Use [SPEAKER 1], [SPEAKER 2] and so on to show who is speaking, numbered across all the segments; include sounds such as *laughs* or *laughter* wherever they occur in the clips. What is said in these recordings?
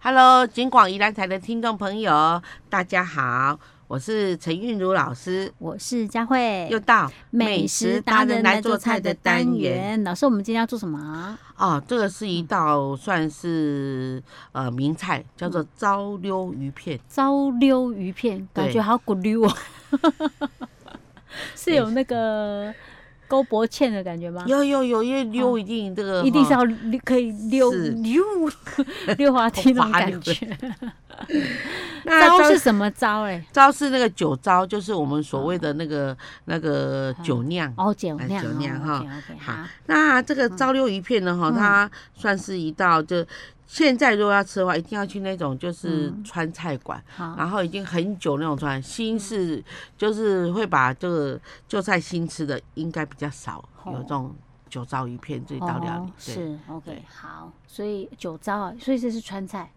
[SPEAKER 1] Hello，金广宜兰台的听众朋友，大家好，我是陈韵如老师，
[SPEAKER 2] 我是佳慧，
[SPEAKER 1] 又到
[SPEAKER 2] 老师，我们今天要做什么啊？
[SPEAKER 1] 哦，这个是一道
[SPEAKER 2] 嗯
[SPEAKER 1] 算是呃名菜，叫做糟溜鱼片。
[SPEAKER 2] 糟溜鱼片，感觉
[SPEAKER 1] 对
[SPEAKER 2] 好骨溜哦， *laughs* 是有那个勾脖欠的感觉吗？
[SPEAKER 1] 有有有，因为溜一定这个、
[SPEAKER 2] 嗯哦一定是
[SPEAKER 1] 哈
[SPEAKER 2] 要溜可以溜
[SPEAKER 1] 是
[SPEAKER 2] 溜 *laughs* 溜滑梯那种
[SPEAKER 1] 滑溜 *laughs*
[SPEAKER 2] 感觉。
[SPEAKER 1] 那 *laughs*
[SPEAKER 2] 招
[SPEAKER 1] 糟
[SPEAKER 2] 是什么招？哎，
[SPEAKER 1] 糟是那个酒糟，就是我们所谓的那个、那个酒酿。
[SPEAKER 2] 哦，酒
[SPEAKER 1] 哎
[SPEAKER 2] 酿
[SPEAKER 1] 酒
[SPEAKER 2] 哦，
[SPEAKER 1] 酿哈
[SPEAKER 2] OK，OK，
[SPEAKER 1] 好
[SPEAKER 2] 好，
[SPEAKER 1] 那这个糟溜鱼片呢，哈、
[SPEAKER 2] 嗯
[SPEAKER 1] 它算是一道就。现在如果要吃的话，一定要去那种就是
[SPEAKER 2] 嗯
[SPEAKER 1] 川菜馆，
[SPEAKER 2] 好，嗯
[SPEAKER 1] 然后已经很久那种川新式，就是会把这个就菜新吃的应该比较少，
[SPEAKER 2] 哦
[SPEAKER 1] 有这种酒糟鱼片这一道料理
[SPEAKER 2] 哦。
[SPEAKER 1] 对
[SPEAKER 2] 是 OK，
[SPEAKER 1] 对
[SPEAKER 2] 好，所以酒糟啊，所以这是川菜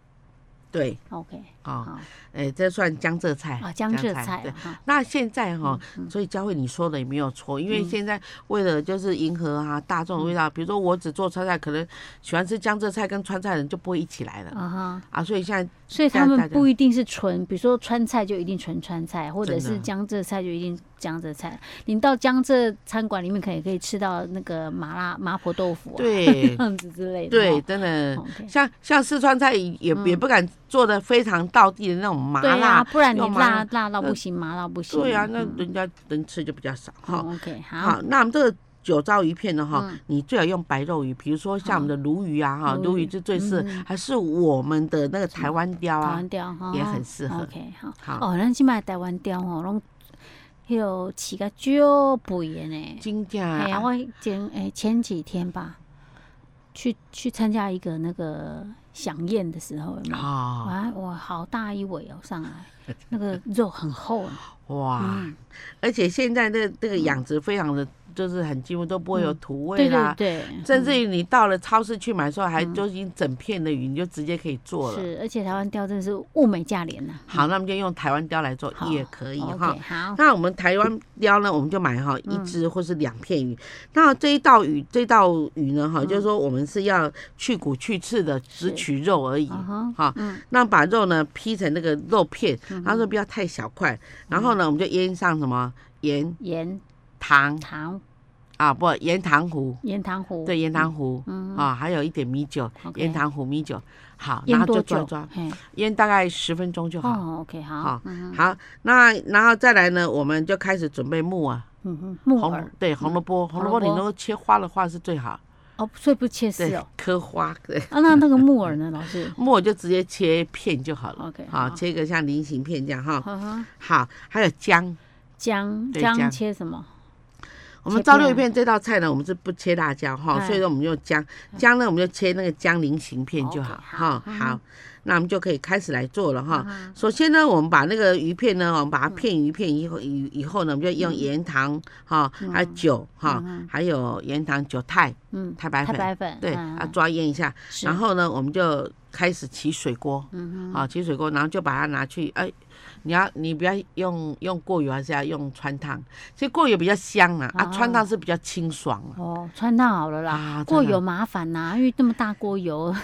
[SPEAKER 1] 对
[SPEAKER 2] OK，
[SPEAKER 1] 哦，
[SPEAKER 2] 好
[SPEAKER 1] 哎，这算江浙菜
[SPEAKER 2] 啊，江浙菜
[SPEAKER 1] 对
[SPEAKER 2] 啊，哈
[SPEAKER 1] 那现在哈，
[SPEAKER 2] 嗯嗯
[SPEAKER 1] 所以佳慧你说的也没有错，因为
[SPEAKER 2] 嗯
[SPEAKER 1] 现在为了就是迎合啊大众的味道，比如说我只做川菜，可能喜欢吃江浙菜跟川菜的人就不会一起来了。
[SPEAKER 2] 啊哈，
[SPEAKER 1] 啊，所以现在
[SPEAKER 2] 所以他
[SPEAKER 1] 大
[SPEAKER 2] 们
[SPEAKER 1] 家
[SPEAKER 2] 不一定是纯，比如说川菜就一定纯川菜，或者
[SPEAKER 1] 真的
[SPEAKER 2] 是江浙菜就一定江浙菜。你到江浙餐馆里面，可以可以吃到那个麻辣麻婆豆腐、啊，， *laughs*
[SPEAKER 1] 对
[SPEAKER 2] 这样子之类的
[SPEAKER 1] 对，
[SPEAKER 2] 哦。
[SPEAKER 1] 真的
[SPEAKER 2] OK 嗯
[SPEAKER 1] 像像四川菜也也也不敢做的非常道地的那种麻
[SPEAKER 2] 对啊，
[SPEAKER 1] 辣，
[SPEAKER 2] 不然你
[SPEAKER 1] 用麻辣
[SPEAKER 2] 辣辣到不行，麻到不行。
[SPEAKER 1] 对啊，那
[SPEAKER 2] 嗯
[SPEAKER 1] 人家人吃就比较少哈。
[SPEAKER 2] 哦 OK 好
[SPEAKER 1] 好，，啊那我们这个酒糟鱼片呢哈
[SPEAKER 2] 嗯，
[SPEAKER 1] 你最好用白肉鱼，比如说像我们的鲈鱼啊哈，
[SPEAKER 2] 鲈
[SPEAKER 1] 鲈
[SPEAKER 2] 鱼
[SPEAKER 1] 鱼就最适合
[SPEAKER 2] 嗯，
[SPEAKER 1] 还是我们的那个台湾雕
[SPEAKER 2] 台
[SPEAKER 1] 啊
[SPEAKER 2] 湾，雕哈
[SPEAKER 1] 也很适合
[SPEAKER 2] OK 好，
[SPEAKER 1] 好，
[SPEAKER 2] 哦，咱即摆台湾雕吼，拢迄个饲甲少肥的呢。
[SPEAKER 1] 金价
[SPEAKER 2] 哎呀，
[SPEAKER 1] 啊
[SPEAKER 2] 我前哎、前几天吧，去去参加一个那个飨宴的时候，有没有？
[SPEAKER 1] 哦
[SPEAKER 2] 哇，我好大一尾哦，上来那个肉很厚呢，
[SPEAKER 1] *laughs* 哦哇，
[SPEAKER 2] 嗯，
[SPEAKER 1] 而且现在那那个养殖非常的就是很进步，都不会有土味
[SPEAKER 2] 嗯对对
[SPEAKER 1] 啦。
[SPEAKER 2] 对，
[SPEAKER 1] 甚至于你到了超市去买的时候，还就已经整片的鱼，你就直接可以做了。
[SPEAKER 2] 是，而且台湾雕真的是物美价廉呐、
[SPEAKER 1] 好，那我们就用台湾雕来做
[SPEAKER 2] 好
[SPEAKER 1] 也可以
[SPEAKER 2] OK，嗯
[SPEAKER 1] 哈。
[SPEAKER 2] 好，
[SPEAKER 1] 那我们台湾雕呢，我们就买哈一只或是两片鱼。那这一道鱼，这道鱼呢，哈，就是说我们是要去骨去刺的，只
[SPEAKER 2] 嗯是
[SPEAKER 1] 取肉而已，
[SPEAKER 2] 嗯哼
[SPEAKER 1] 哈。
[SPEAKER 2] 嗯，
[SPEAKER 1] 那把肉呢劈成那个肉片，然后说不要太小块，
[SPEAKER 2] 嗯
[SPEAKER 1] 然后呢我们就腌上什么盐
[SPEAKER 2] 盐
[SPEAKER 1] 糖
[SPEAKER 2] 糖
[SPEAKER 1] 啊，不盐糖糊，
[SPEAKER 2] 盐糖糊，
[SPEAKER 1] 对盐糖糊
[SPEAKER 2] 嗯，
[SPEAKER 1] 啊，还有一点米酒，
[SPEAKER 2] OK
[SPEAKER 1] 盐糖糊米酒，好，然
[SPEAKER 2] 腌
[SPEAKER 1] 后
[SPEAKER 2] 多
[SPEAKER 1] 就
[SPEAKER 2] 久
[SPEAKER 1] 抓？抓，
[SPEAKER 2] 嘿
[SPEAKER 1] 腌大概十分钟就好。
[SPEAKER 2] 哦，OK，好
[SPEAKER 1] 好，
[SPEAKER 2] 嗯
[SPEAKER 1] 好，那然后再来呢，我们就开始准备木耳。
[SPEAKER 2] 嗯哼，木
[SPEAKER 1] 红
[SPEAKER 2] 耳
[SPEAKER 1] 对红萝卜，红萝卜
[SPEAKER 2] 红萝卜
[SPEAKER 1] 你能够切花的话是最好，
[SPEAKER 2] 哦，所以不切丝 *laughs*
[SPEAKER 1] 对
[SPEAKER 2] 哦，，
[SPEAKER 1] 刻花对。？
[SPEAKER 2] 啊，那那个木耳呢，老师
[SPEAKER 1] *laughs* 木耳就直接切片就好了
[SPEAKER 2] OK，
[SPEAKER 1] 好
[SPEAKER 2] 好
[SPEAKER 1] 切个像菱形片这样哈。
[SPEAKER 2] 呵呵。
[SPEAKER 1] 好，还有姜，
[SPEAKER 2] 姜
[SPEAKER 1] 对姜
[SPEAKER 2] 姜切什么？
[SPEAKER 1] 我们
[SPEAKER 2] 切
[SPEAKER 1] 糟溜鱼
[SPEAKER 2] 片
[SPEAKER 1] 片这道菜呢，我们是不切辣椒哈，
[SPEAKER 2] 哎
[SPEAKER 1] 所以说我们用姜，姜呢我们就切那个姜菱形片就好
[SPEAKER 2] 哦 OK，
[SPEAKER 1] 哈
[SPEAKER 2] 好。嗯
[SPEAKER 1] 好，那我们就可以开始来做了哈。首先呢，我们把那个鱼片呢，我们把它片鱼片以后以以后呢，我们就用盐糖哈，还有酒哈，还有盐糖韭菜
[SPEAKER 2] 嗯，
[SPEAKER 1] 太白
[SPEAKER 2] 太
[SPEAKER 1] 粉，
[SPEAKER 2] 白粉。
[SPEAKER 1] 对，
[SPEAKER 2] 嗯
[SPEAKER 1] 啊抓腌一下。
[SPEAKER 2] 是
[SPEAKER 1] 然后呢，我们就开始起水锅，嗯啊，起水锅，然后就把它拿去，哎，你要你不要用用过油，还是要用川烫？其实过油比较香啊，啊，
[SPEAKER 2] 哦
[SPEAKER 1] 川烫是比较清爽啊。
[SPEAKER 2] 哦，穿烫好了啦，
[SPEAKER 1] 啊，
[SPEAKER 2] 过
[SPEAKER 1] 川
[SPEAKER 2] 油
[SPEAKER 1] 烫，
[SPEAKER 2] 麻烦呐，因为那么大锅油。 *laughs*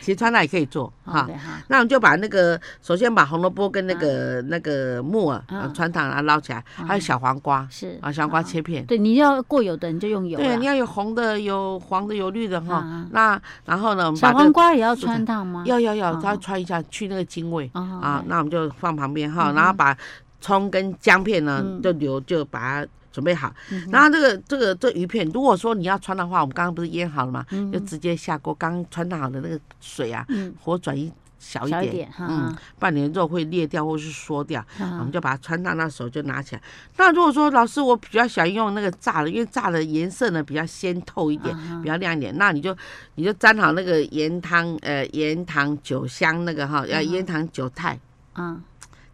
[SPEAKER 1] 其实川烫也可以做哈。
[SPEAKER 2] 好的哈，
[SPEAKER 1] 那我们就把那个，首先把红萝卜跟那个、那个木耳、
[SPEAKER 2] 嗯
[SPEAKER 1] 啊川烫啊捞起来，还有小黄瓜
[SPEAKER 2] 是
[SPEAKER 1] 啊，小黄瓜。
[SPEAKER 2] 好
[SPEAKER 1] 切片。
[SPEAKER 2] 对，你要过油的你就用油
[SPEAKER 1] 对，
[SPEAKER 2] 啦
[SPEAKER 1] 你。要有红的，有黄的，有绿的哈。
[SPEAKER 2] 嗯
[SPEAKER 1] 那然后呢，我们把
[SPEAKER 2] 小
[SPEAKER 1] 这
[SPEAKER 2] 黄
[SPEAKER 1] 个
[SPEAKER 2] 瓜也要
[SPEAKER 1] 素菜
[SPEAKER 2] 穿烫吗？
[SPEAKER 1] 要要要，它
[SPEAKER 2] 哦
[SPEAKER 1] 穿一下去那个精味。
[SPEAKER 2] 哦
[SPEAKER 1] 啊，
[SPEAKER 2] ，OK，
[SPEAKER 1] 那我们就放旁边哈，然后把葱跟姜片呢
[SPEAKER 2] 嗯
[SPEAKER 1] 就留，就把它准备好。
[SPEAKER 2] 嗯哼
[SPEAKER 1] 然后这个这个这鱼片，如果说你要穿的话，我们刚刚不是腌好了嘛，
[SPEAKER 2] 嗯
[SPEAKER 1] 就直接下锅，刚穿烫好的那个水啊，
[SPEAKER 2] 嗯，
[SPEAKER 1] 火转一小一
[SPEAKER 2] 小一
[SPEAKER 1] 点。
[SPEAKER 2] 点
[SPEAKER 1] 嗯
[SPEAKER 2] 哈，，嗯
[SPEAKER 1] 不然你的肉会裂掉或是缩掉，啊我
[SPEAKER 2] 哈
[SPEAKER 1] 们就把它穿烫到手就拿起来。那如果说老师，我比较喜欢用那个炸的，因为炸的颜色呢比较鲜透一点，
[SPEAKER 2] 啊
[SPEAKER 1] 比较亮一点，那你就你就沾好那个盐汤，呃，盐糖酒香那个哈，要
[SPEAKER 2] 嗯
[SPEAKER 1] 盐糖韭菜，
[SPEAKER 2] 嗯，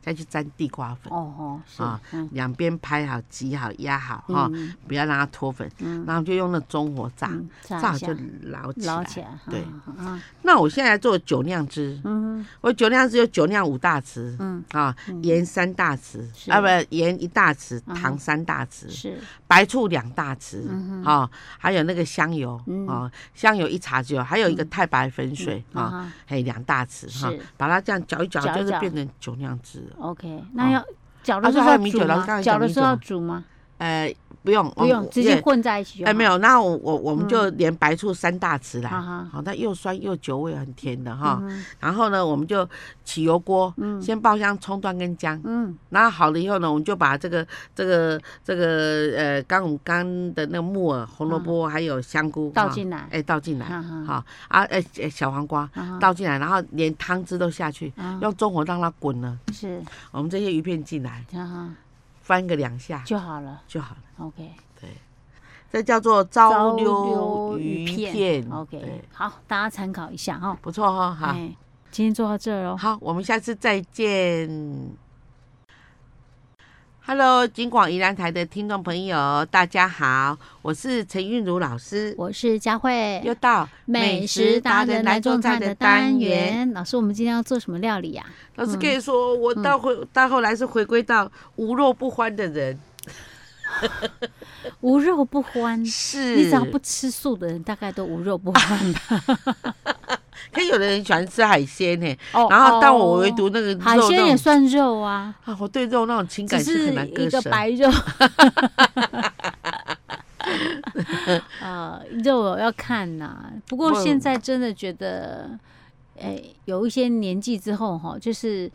[SPEAKER 1] 再去沾地瓜粉，
[SPEAKER 2] 哦哦，是
[SPEAKER 1] 啊，
[SPEAKER 2] 嗯
[SPEAKER 1] 两边拍好、挤好、压好哈，
[SPEAKER 2] 嗯
[SPEAKER 1] 不要让它脱粉，
[SPEAKER 2] 嗯
[SPEAKER 1] 然后就用那中火炸，
[SPEAKER 2] 嗯，
[SPEAKER 1] 炸
[SPEAKER 2] 炸
[SPEAKER 1] 好
[SPEAKER 2] 一下
[SPEAKER 1] 就，捞起
[SPEAKER 2] 捞
[SPEAKER 1] 来。
[SPEAKER 2] 起来，
[SPEAKER 1] 对
[SPEAKER 2] 嗯，嗯
[SPEAKER 1] 那我现在做酒酿汁，
[SPEAKER 2] 嗯
[SPEAKER 1] 我酒量只有酒量五大匙
[SPEAKER 2] 嗯，
[SPEAKER 1] 啊，盐三大匙
[SPEAKER 2] 是
[SPEAKER 1] 啊，不盐一大匙，
[SPEAKER 2] 嗯
[SPEAKER 1] 糖三大匙，
[SPEAKER 2] 是，
[SPEAKER 1] 白醋两大匙
[SPEAKER 2] 嗯
[SPEAKER 1] 啊，还有那个香油
[SPEAKER 2] 嗯
[SPEAKER 1] 啊，香油一茶匙，还有一个太白粉水
[SPEAKER 2] 啊
[SPEAKER 1] 啊，
[SPEAKER 2] 哈
[SPEAKER 1] 还有两大匙哈
[SPEAKER 2] 是，
[SPEAKER 1] 把它这样搅一搅，
[SPEAKER 2] 搅一
[SPEAKER 1] 就是
[SPEAKER 2] 搅
[SPEAKER 1] 变成酒酿汁了。
[SPEAKER 2] ，OK，那要搅的
[SPEAKER 1] 啊
[SPEAKER 2] 时
[SPEAKER 1] 对
[SPEAKER 2] 候
[SPEAKER 1] 还有
[SPEAKER 2] 要
[SPEAKER 1] 米
[SPEAKER 2] 煮
[SPEAKER 1] 酒老师刚
[SPEAKER 2] 吗？
[SPEAKER 1] 才
[SPEAKER 2] 搅
[SPEAKER 1] 讲
[SPEAKER 2] 的
[SPEAKER 1] 米酒
[SPEAKER 2] 时候要
[SPEAKER 1] 嘛
[SPEAKER 2] 煮吗？
[SPEAKER 1] 呃，不用，
[SPEAKER 2] 不用，直接。混在一起就
[SPEAKER 1] 哎、
[SPEAKER 2] 好。嗯
[SPEAKER 1] 没有，那我我我们就连白醋三大匙来，
[SPEAKER 2] 好好
[SPEAKER 1] 好，那又酸又酒味很甜的哈。
[SPEAKER 2] 嗯
[SPEAKER 1] 然后呢，我们就起油锅，先爆香葱段跟姜，
[SPEAKER 2] 嗯，
[SPEAKER 1] 然后好了以后呢，我们就把这个这个这个呃，刚我们刚的那个木耳、红萝卜、还有香菇
[SPEAKER 2] 嗯倒
[SPEAKER 1] 哈
[SPEAKER 2] 进嗯来
[SPEAKER 1] 哎、倒进来，
[SPEAKER 2] 哈哈
[SPEAKER 1] 好啊，哎、哎小黄瓜
[SPEAKER 2] 啊
[SPEAKER 1] 倒进来，然后连汤汁都下去，
[SPEAKER 2] 啊
[SPEAKER 1] 用中火让它滚了。
[SPEAKER 2] 是，
[SPEAKER 1] 我们这些鱼片进来，
[SPEAKER 2] 然后
[SPEAKER 1] 翻个两下
[SPEAKER 2] 就好了。
[SPEAKER 1] 就好了。
[SPEAKER 2] OK，
[SPEAKER 1] 对，这叫做糟溜鱼片。
[SPEAKER 2] OK，
[SPEAKER 1] 对，
[SPEAKER 2] 好，大家参考一下哈。
[SPEAKER 1] 不错哈、好、
[SPEAKER 2] 哎，今天做到这儿哦。
[SPEAKER 1] 好，我们下次再见。Hello，金广宜兰台的听众朋友，大家好，我是陈韵如老师，
[SPEAKER 2] 我是佳慧，
[SPEAKER 1] 又到
[SPEAKER 2] 美食达人来种菜的单。元。嗯老师，我们今天要做什么料理呀、
[SPEAKER 1] 老师跟你说，我到回、到后来是回归到无肉不欢的人，
[SPEAKER 2] *laughs* 无肉不欢。
[SPEAKER 1] 是
[SPEAKER 2] 嗯你只要不吃素的人，大概都无肉不欢吧？
[SPEAKER 1] 可是有的人喜欢吃海鲜呢、
[SPEAKER 2] *laughs* 哦
[SPEAKER 1] 然后但我
[SPEAKER 2] 哦
[SPEAKER 1] 唯独那个
[SPEAKER 2] 海
[SPEAKER 1] 肉
[SPEAKER 2] 鲜
[SPEAKER 1] 那
[SPEAKER 2] 也
[SPEAKER 1] 种
[SPEAKER 2] 算肉啊，
[SPEAKER 1] 啊，我对肉那种情
[SPEAKER 2] 只
[SPEAKER 1] 感是
[SPEAKER 2] 是
[SPEAKER 1] 很难
[SPEAKER 2] 一
[SPEAKER 1] 割
[SPEAKER 2] 个
[SPEAKER 1] 舍。
[SPEAKER 2] 白肉。呃，肉要看呐、不过
[SPEAKER 1] 不
[SPEAKER 2] 现在真的觉得，哎、有一些年纪之后哈，就是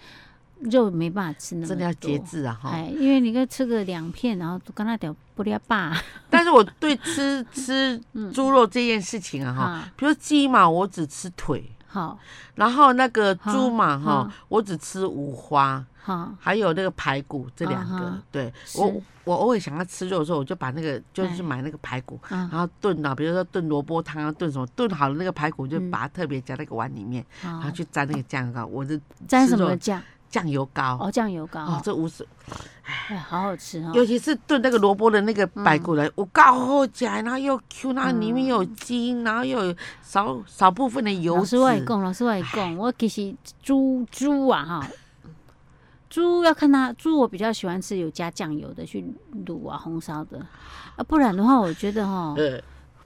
[SPEAKER 2] 肉没办法吃那么多，
[SPEAKER 1] 真的要节制啊哈！
[SPEAKER 2] 哎，因为你看吃个两片，然后都跟他屌不了爸，
[SPEAKER 1] 但是我对吃 *laughs* 吃
[SPEAKER 2] 嗯
[SPEAKER 1] 猪肉这件事情啊哈
[SPEAKER 2] 啊，
[SPEAKER 1] 比如鸡嘛，我只吃腿；
[SPEAKER 2] 好
[SPEAKER 1] 然后那个猪嘛
[SPEAKER 2] 啊
[SPEAKER 1] 哈
[SPEAKER 2] 啊，
[SPEAKER 1] 我只吃五花，
[SPEAKER 2] 好
[SPEAKER 1] 还有那个排骨这两
[SPEAKER 2] 啊
[SPEAKER 1] 个
[SPEAKER 2] 哈。
[SPEAKER 1] 对
[SPEAKER 2] 是
[SPEAKER 1] 我，我偶尔想要吃肉的时候，我就把那个就是去
[SPEAKER 2] 哎
[SPEAKER 1] 买那个排骨，
[SPEAKER 2] 啊
[SPEAKER 1] 然后炖啊，比如说炖萝卜汤啊，炖什么，炖好了那个排骨
[SPEAKER 2] 嗯
[SPEAKER 1] 就把它特别加在那个碗里面，然
[SPEAKER 2] 好
[SPEAKER 1] 后，去沾那个酱油膏，我的
[SPEAKER 2] 沾
[SPEAKER 1] 吃
[SPEAKER 2] 什
[SPEAKER 1] 肉
[SPEAKER 2] 么酱？
[SPEAKER 1] 酱油膏。
[SPEAKER 2] 哦，酱油膏，
[SPEAKER 1] 哦，这无所
[SPEAKER 2] 哎，好好吃哦。嗯
[SPEAKER 1] 尤其是炖那个萝卜的那个白骨来，我够好吃，然后又 Q，然后里面有筋，然后又有少少部分的油
[SPEAKER 2] 老
[SPEAKER 1] 脂
[SPEAKER 2] 师。我也讲，老师我也讲，我其实猪猪啊哈，猪要看它猪，我比较喜欢吃有加酱油的，去卤啊红烧的，啊不然的话，我觉得哈
[SPEAKER 1] 呃，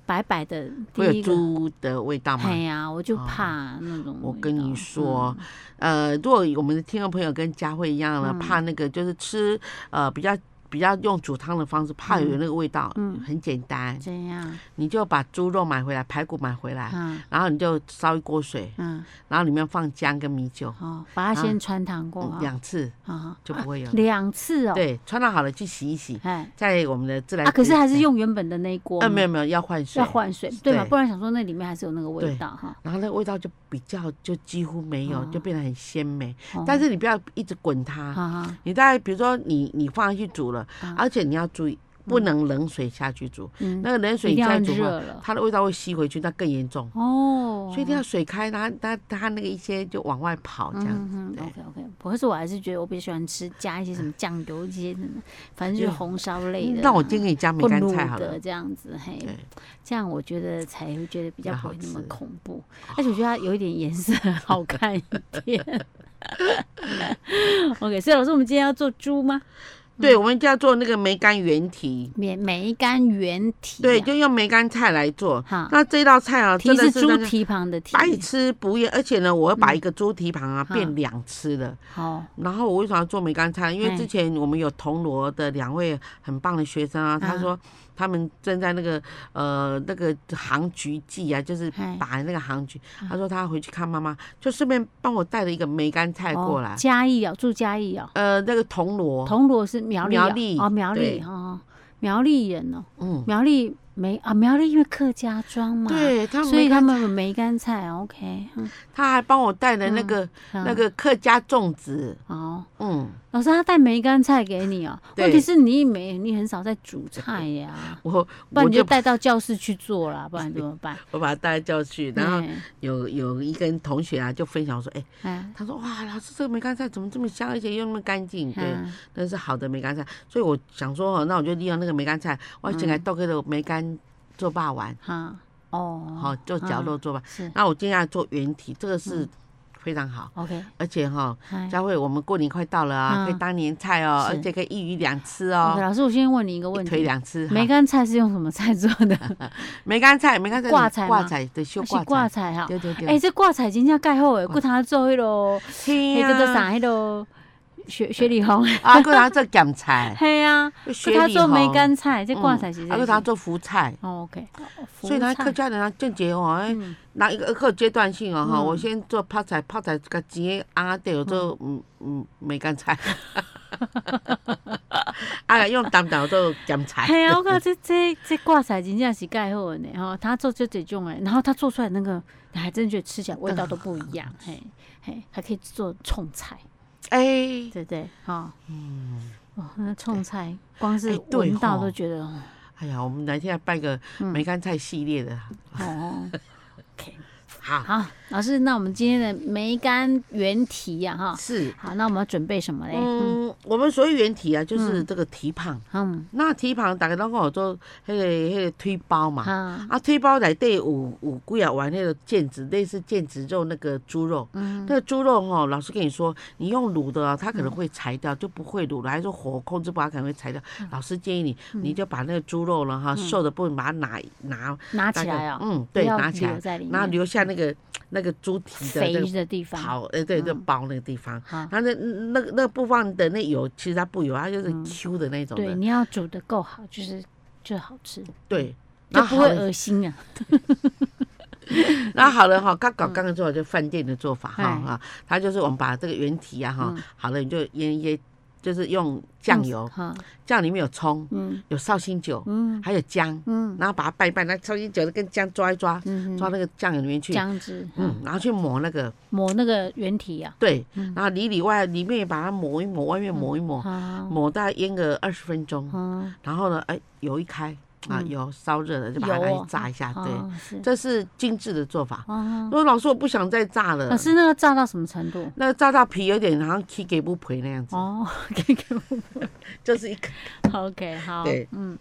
[SPEAKER 2] 白白的第
[SPEAKER 1] 会有
[SPEAKER 2] 一个，
[SPEAKER 1] 猪的味道吗哦
[SPEAKER 2] 哎？呀，我就怕那种味道。
[SPEAKER 1] 我跟你
[SPEAKER 2] 嗯
[SPEAKER 1] 说，呃，如果我们的听众朋友跟佳慧一样
[SPEAKER 2] 嗯
[SPEAKER 1] 呢，怕那个就是吃呃比较比较用煮汤的方式，怕有那个味道，很简单
[SPEAKER 2] 嗯，，这样，
[SPEAKER 1] 你就把猪肉买回来，排骨买回来，
[SPEAKER 2] 嗯
[SPEAKER 1] 然后你就烧一锅水，
[SPEAKER 2] 嗯，
[SPEAKER 1] 然后里面放姜跟米酒，
[SPEAKER 2] 好，把它
[SPEAKER 1] 啊
[SPEAKER 2] 先穿烫过
[SPEAKER 1] 嗯
[SPEAKER 2] 啊，
[SPEAKER 1] 两次
[SPEAKER 2] 啊，
[SPEAKER 1] 就不
[SPEAKER 2] *laughs*
[SPEAKER 1] 会有。
[SPEAKER 2] 两次哦，
[SPEAKER 1] 对，穿到好了去洗一洗。
[SPEAKER 2] 哎，
[SPEAKER 1] 在我们的自来
[SPEAKER 2] 啊，可是还是
[SPEAKER 1] 水
[SPEAKER 2] 用原本的那一锅
[SPEAKER 1] 呃
[SPEAKER 2] 吗，
[SPEAKER 1] 哎没有没有要换水
[SPEAKER 2] 要，换水，对嘛？
[SPEAKER 1] 对
[SPEAKER 2] 不然想说那里面还是有那个味
[SPEAKER 1] 对
[SPEAKER 2] 道哈。
[SPEAKER 1] 然后那个味道就比较就几乎没有，就变得很鲜美。
[SPEAKER 2] 哦
[SPEAKER 1] 但是你不要一直滚它，
[SPEAKER 2] 啊
[SPEAKER 1] 你大概比如说你你放下去煮了，
[SPEAKER 2] 啊
[SPEAKER 1] 而且你要注意不能冷水下去煮，
[SPEAKER 2] 嗯，
[SPEAKER 1] 那个冷水
[SPEAKER 2] 一定要
[SPEAKER 1] 再煮
[SPEAKER 2] 热
[SPEAKER 1] 嘛，
[SPEAKER 2] 了
[SPEAKER 1] 它的味道会吸回去，那更严重。
[SPEAKER 2] 哦，
[SPEAKER 1] 所以一定要水开，然后它它那个一些就往外跑这样。
[SPEAKER 2] 嗯
[SPEAKER 1] 对嗯
[SPEAKER 2] ，OK OK，不过是我还是觉得我比较喜欢吃加一些什么酱油这些的，反正就是
[SPEAKER 1] 对嗯
[SPEAKER 2] 红烧类的啊。
[SPEAKER 1] 那我今天给你加梅
[SPEAKER 2] 或
[SPEAKER 1] 干
[SPEAKER 2] 卤
[SPEAKER 1] 菜好了
[SPEAKER 2] 的，嗯这样子，嘿
[SPEAKER 1] 对，
[SPEAKER 2] 这样我觉得才会觉得比较
[SPEAKER 1] 那
[SPEAKER 2] 不
[SPEAKER 1] 好
[SPEAKER 2] 会那么
[SPEAKER 1] 吃
[SPEAKER 2] 恐怖，而且我觉得它有一点颜色好看一点。OK，所以老师，我们今天要做猪吗？
[SPEAKER 1] 对，我们就要做那个梅干原蹄，
[SPEAKER 2] 梅梅干原蹄、啊，
[SPEAKER 1] 对，就用梅干菜来做
[SPEAKER 2] 好。
[SPEAKER 1] 那这道菜啊，
[SPEAKER 2] 蹄
[SPEAKER 1] 真的
[SPEAKER 2] 是
[SPEAKER 1] 是
[SPEAKER 2] 猪
[SPEAKER 1] 那个
[SPEAKER 2] 蹄旁的蹄，
[SPEAKER 1] 百吃不厌，而且呢，我要把一个猪蹄膀啊、
[SPEAKER 2] 嗯
[SPEAKER 1] 变两吃的。
[SPEAKER 2] 好，
[SPEAKER 1] 然后我为什么要做梅干菜？因为
[SPEAKER 2] 嗯
[SPEAKER 1] 之前我们有铜锣的两位很棒的学生啊，
[SPEAKER 2] 嗯
[SPEAKER 1] 他说他们正在那个呃那个杭菊季啊，就是
[SPEAKER 2] 嗯
[SPEAKER 1] 打那个杭菊。他说他回去看妈妈，就顺便帮我带了一个梅干菜
[SPEAKER 2] 哦
[SPEAKER 1] 过来。
[SPEAKER 2] 嘉义哦，住嘉义哦，
[SPEAKER 1] 呃，那个铜锣，
[SPEAKER 2] 铜锣是苗栗、啊，
[SPEAKER 1] 苗栗
[SPEAKER 2] 哦，苗栗
[SPEAKER 1] 对
[SPEAKER 2] 哦，苗栗人哦，
[SPEAKER 1] 嗯，
[SPEAKER 2] 苗栗梅啊，苗栗因为客家庄嘛，，
[SPEAKER 1] 对他们
[SPEAKER 2] 所以
[SPEAKER 1] 梅
[SPEAKER 2] 他
[SPEAKER 1] 干菜，
[SPEAKER 2] 们有梅干菜，OK，嗯，
[SPEAKER 1] 他还帮我带了那个
[SPEAKER 2] 嗯
[SPEAKER 1] 那个客家粽子，
[SPEAKER 2] 好，
[SPEAKER 1] 嗯。
[SPEAKER 2] 哦老师他带梅干菜给你哦，
[SPEAKER 1] 对
[SPEAKER 2] 问题是你没，你很少在煮菜呀、
[SPEAKER 1] 我
[SPEAKER 2] 不然
[SPEAKER 1] 我
[SPEAKER 2] 你就
[SPEAKER 1] 就把
[SPEAKER 2] 带到教室去做啦，不然怎么办？
[SPEAKER 1] 我把他带叫去， *laughs* 然后
[SPEAKER 2] 哎
[SPEAKER 1] 有有一个同学啊，就分享说，哎、
[SPEAKER 2] 哎，
[SPEAKER 1] 他说哇，老师这个梅干菜怎么这么香，而且又那么干净？对，
[SPEAKER 2] 嗯
[SPEAKER 1] 那是好的梅干菜。所以我想说哦，那我就利用那个梅干菜，我整个
[SPEAKER 2] 嗯
[SPEAKER 1] 豆给的梅干做霸丸，
[SPEAKER 2] 好，哦，
[SPEAKER 1] 好、做绞肉做霸。
[SPEAKER 2] 是嗯
[SPEAKER 1] 那我今天要做原体，这个是非常好。
[SPEAKER 2] OK，
[SPEAKER 1] 而且哈，
[SPEAKER 2] 嗨
[SPEAKER 1] 佳慧，我们过年快到了啊，
[SPEAKER 2] 哎嗯
[SPEAKER 1] 可以当年菜哦，
[SPEAKER 2] 是
[SPEAKER 1] 而且可以一鱼两吃
[SPEAKER 2] OK，
[SPEAKER 1] 哦，
[SPEAKER 2] 老师，我先问你一个问
[SPEAKER 1] 一腿
[SPEAKER 2] 题：
[SPEAKER 1] 两吃。
[SPEAKER 2] 梅
[SPEAKER 1] 干
[SPEAKER 2] 干菜是用什么菜做的？
[SPEAKER 1] 梅干菜，梅干菜
[SPEAKER 2] 挂菜吗
[SPEAKER 1] 挂菜对，修
[SPEAKER 2] 啊
[SPEAKER 1] 挂菜
[SPEAKER 2] *laughs* 是挂，菜哈。
[SPEAKER 1] 对对对。
[SPEAKER 2] 哎，这挂菜真正盖好诶，骨头做迄落，
[SPEAKER 1] 嘿
[SPEAKER 2] 迄
[SPEAKER 1] 呀
[SPEAKER 2] 哎个叫啥？迄落雪雪里红，，
[SPEAKER 1] 啊，搁拿做咸菜
[SPEAKER 2] *laughs* 嘿啊，
[SPEAKER 1] 雪
[SPEAKER 2] 骨头
[SPEAKER 1] 里
[SPEAKER 2] 做梅
[SPEAKER 1] 红
[SPEAKER 2] 干菜，这挂菜
[SPEAKER 1] 嗯
[SPEAKER 2] 是
[SPEAKER 1] 啊，
[SPEAKER 2] 这
[SPEAKER 1] 搁拿
[SPEAKER 2] 是。
[SPEAKER 1] 做福菜。
[SPEAKER 2] 哦，OK，哦福
[SPEAKER 1] 所以呢，
[SPEAKER 2] 菜
[SPEAKER 1] 客家人啊，正节哦，哎
[SPEAKER 2] 嗯，
[SPEAKER 1] 那一个有阶段性哦，哈，
[SPEAKER 2] 嗯
[SPEAKER 1] 我先做泡菜，泡菜个钱红啊掉做嗯嗯梅干菜， *laughs* 啊，用担担做咸菜， *laughs*
[SPEAKER 2] 嘿啊，我感觉这这这挂彩真正是盖好的呢，吼，他做这几种哎，然后他做出来那个，你还真觉得吃起来味道都不一样，
[SPEAKER 1] 嗯
[SPEAKER 2] 嘿，嘿，还可以做冲菜，
[SPEAKER 1] 哎，
[SPEAKER 2] 对不对？哈，嗯，哦，那冲菜光
[SPEAKER 1] 哎
[SPEAKER 2] 是
[SPEAKER 1] 对
[SPEAKER 2] 闻到
[SPEAKER 1] 吼
[SPEAKER 2] 都觉得，哦
[SPEAKER 1] 哎呀，我们哪天来办个
[SPEAKER 2] 嗯
[SPEAKER 1] 梅干菜系列的，
[SPEAKER 2] 哦，OK，
[SPEAKER 1] 好，
[SPEAKER 2] 好，老师，那我们今天的梅干原题呀，哈，
[SPEAKER 1] 是，
[SPEAKER 2] 好，那我们要准备什么嘞？嗯
[SPEAKER 1] 嗯，我们所谓原题啊，就是这个蹄膀，
[SPEAKER 2] 嗯，
[SPEAKER 1] 那蹄膀大家拢讲做迄个迄个推包嘛，
[SPEAKER 2] 好，
[SPEAKER 1] 啊，推包内底有有几啊丸那个腱子，类似腱子肉那个猪肉，
[SPEAKER 2] 嗯
[SPEAKER 1] 那个猪肉哈、老师跟你说，你用卤的啊，它可能会柴掉，就不会卤了，还是火控制不好，可能会柴掉。
[SPEAKER 2] 嗯
[SPEAKER 1] 老师建议你，你就把那个猪肉了哈，瘦的部分把它拿拿
[SPEAKER 2] 拿
[SPEAKER 1] 大
[SPEAKER 2] 起
[SPEAKER 1] 概
[SPEAKER 2] 来哦，
[SPEAKER 1] 嗯，
[SPEAKER 2] 不
[SPEAKER 1] 对，
[SPEAKER 2] 要
[SPEAKER 1] 拿起
[SPEAKER 2] 留
[SPEAKER 1] 来，
[SPEAKER 2] 在里
[SPEAKER 1] 然后
[SPEAKER 2] 面，
[SPEAKER 1] 留下那个那个猪蹄的那
[SPEAKER 2] 肥
[SPEAKER 1] 个
[SPEAKER 2] 的地方，
[SPEAKER 1] 刨，哎，对，那
[SPEAKER 2] 嗯
[SPEAKER 1] 包那个地方。
[SPEAKER 2] 好，
[SPEAKER 1] 然后那那个那个不放的那油，其实它不油，它就是
[SPEAKER 2] 嗯
[SPEAKER 1] Q 的那种
[SPEAKER 2] 对，
[SPEAKER 1] 的，
[SPEAKER 2] 你要煮的够好，就是就好吃，
[SPEAKER 1] 对，
[SPEAKER 2] 就
[SPEAKER 1] 然后
[SPEAKER 2] 不
[SPEAKER 1] 好
[SPEAKER 2] 会
[SPEAKER 1] 了
[SPEAKER 2] 恶心啊。
[SPEAKER 1] *laughs* 那好了哈，刚搞刚刚做法就饭店的做法哈
[SPEAKER 2] 嗯哎
[SPEAKER 1] 啊，它就是我们把这个原蹄啊哈
[SPEAKER 2] 嗯，
[SPEAKER 1] 好了你就腌一腌，就是用酱油，
[SPEAKER 2] 哈，
[SPEAKER 1] 酱里面有葱，
[SPEAKER 2] 嗯
[SPEAKER 1] 有绍兴酒，
[SPEAKER 2] 嗯
[SPEAKER 1] 还有姜，
[SPEAKER 2] 嗯
[SPEAKER 1] 然后把它拌一拌，那绍兴酒跟姜抓一抓，
[SPEAKER 2] 嗯
[SPEAKER 1] 抓
[SPEAKER 2] 哼，
[SPEAKER 1] 那个酱油里面去，
[SPEAKER 2] 姜汁，嗯，
[SPEAKER 1] 嗯，然后去抹那个
[SPEAKER 2] 抹那个原体啊，
[SPEAKER 1] 对，
[SPEAKER 2] 嗯
[SPEAKER 1] 然后里里外里面也把它抹一抹，外面抹一抹，
[SPEAKER 2] 好，
[SPEAKER 1] 抹大概腌个二十分钟，
[SPEAKER 2] 嗯，
[SPEAKER 1] 然后呢，哎，油一开啊，
[SPEAKER 2] 嗯
[SPEAKER 1] 油烧热了就把它
[SPEAKER 2] 油
[SPEAKER 1] 来
[SPEAKER 2] 哦
[SPEAKER 1] 炸一下，对，
[SPEAKER 2] 哦是，
[SPEAKER 1] 这是精致的做法。
[SPEAKER 2] 哦，
[SPEAKER 1] 说老师，我不想再炸了
[SPEAKER 2] 老。师那个炸到什么程度？
[SPEAKER 1] 那炸到皮有点好像起给不赔那样子，
[SPEAKER 2] 哦，给给
[SPEAKER 1] 就是一个，
[SPEAKER 2] 我，OK，好，
[SPEAKER 1] 对，
[SPEAKER 2] 嗯，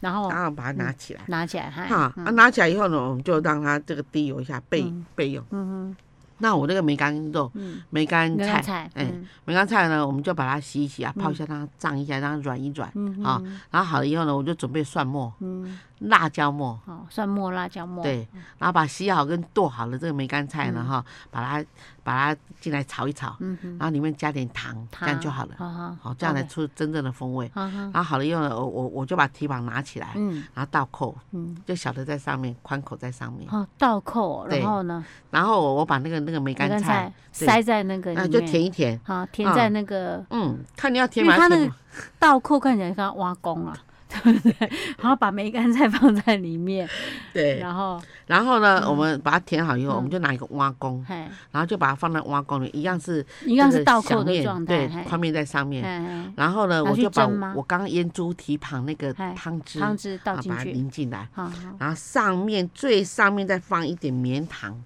[SPEAKER 2] 然后
[SPEAKER 1] 然后把它拿起来，
[SPEAKER 2] 拿起来，嗨，
[SPEAKER 1] 哈，啊拿起来以后呢，我们就让它这个滴油一下备
[SPEAKER 2] 嗯
[SPEAKER 1] 备用。
[SPEAKER 2] 嗯
[SPEAKER 1] 那我那个梅干肉
[SPEAKER 2] 哼，、嗯，
[SPEAKER 1] 梅干
[SPEAKER 2] 那
[SPEAKER 1] 菜
[SPEAKER 2] 个，菜，
[SPEAKER 1] 哎
[SPEAKER 2] 嗯
[SPEAKER 1] 梅干菜呢，我们就把它洗一洗啊，
[SPEAKER 2] 嗯
[SPEAKER 1] 泡一下，让它胀一下，让它软一软。
[SPEAKER 2] 嗯
[SPEAKER 1] 啊
[SPEAKER 2] 哼，
[SPEAKER 1] 然后好了以后呢，我就准备蒜末、
[SPEAKER 2] 嗯，
[SPEAKER 1] 辣椒末，
[SPEAKER 2] 好，哦蒜末、辣椒末，，
[SPEAKER 1] 对，然后把洗好跟剁好的这个梅干菜呢，哈，把它把它进来炒一炒，
[SPEAKER 2] 嗯哼，
[SPEAKER 1] 然后里面加点糖，这样就好了。
[SPEAKER 2] 好好
[SPEAKER 1] 好，这样来，出真正的风味。
[SPEAKER 2] 好好，
[SPEAKER 1] 然后好了以后呢，我我我就把蹄膀拿起来，
[SPEAKER 2] 嗯
[SPEAKER 1] 然后倒扣，
[SPEAKER 2] 嗯。
[SPEAKER 1] 就小的在上面，宽口在上面。
[SPEAKER 2] 哦，倒扣哦，
[SPEAKER 1] 对
[SPEAKER 2] 然后呢，
[SPEAKER 1] 然后我我把那个那个梅
[SPEAKER 2] 梅
[SPEAKER 1] 干
[SPEAKER 2] 干
[SPEAKER 1] 菜，
[SPEAKER 2] 菜
[SPEAKER 1] 对
[SPEAKER 2] 塞在那个
[SPEAKER 1] 啊
[SPEAKER 2] 里
[SPEAKER 1] 就
[SPEAKER 2] 面，
[SPEAKER 1] 填一填，
[SPEAKER 2] 好填在那个
[SPEAKER 1] 嗯，看你要填
[SPEAKER 2] 因为
[SPEAKER 1] 满
[SPEAKER 2] 它
[SPEAKER 1] 什
[SPEAKER 2] 那
[SPEAKER 1] 么
[SPEAKER 2] 个。倒扣，看起来像挖工啊， *laughs* 对不对？然后把梅干菜放在里面，
[SPEAKER 1] 对，
[SPEAKER 2] 然后
[SPEAKER 1] 然后呢，我们把它填好以后，
[SPEAKER 2] 嗯
[SPEAKER 1] 我们就拿一个挖工，
[SPEAKER 2] 嘿，
[SPEAKER 1] 然后就把它放在挖工里，一样是
[SPEAKER 2] 一样
[SPEAKER 1] 这
[SPEAKER 2] 是
[SPEAKER 1] 个
[SPEAKER 2] 倒
[SPEAKER 1] 小
[SPEAKER 2] 扣的
[SPEAKER 1] 面
[SPEAKER 2] 状态，
[SPEAKER 1] 对，
[SPEAKER 2] 嘿
[SPEAKER 1] 宽面在上面。
[SPEAKER 2] 嘿，
[SPEAKER 1] 然后呢，
[SPEAKER 2] 拿
[SPEAKER 1] 我
[SPEAKER 2] 去
[SPEAKER 1] 就把
[SPEAKER 2] 蒸吗
[SPEAKER 1] 我刚刚腌猪蹄膀那个
[SPEAKER 2] 嗨
[SPEAKER 1] 汤汁，
[SPEAKER 2] 嘿汤汁倒
[SPEAKER 1] 啊
[SPEAKER 2] 进
[SPEAKER 1] 把它
[SPEAKER 2] 去，嗯
[SPEAKER 1] 淋进来，
[SPEAKER 2] 好好，
[SPEAKER 1] 然后上面最上面再放一点棉糖，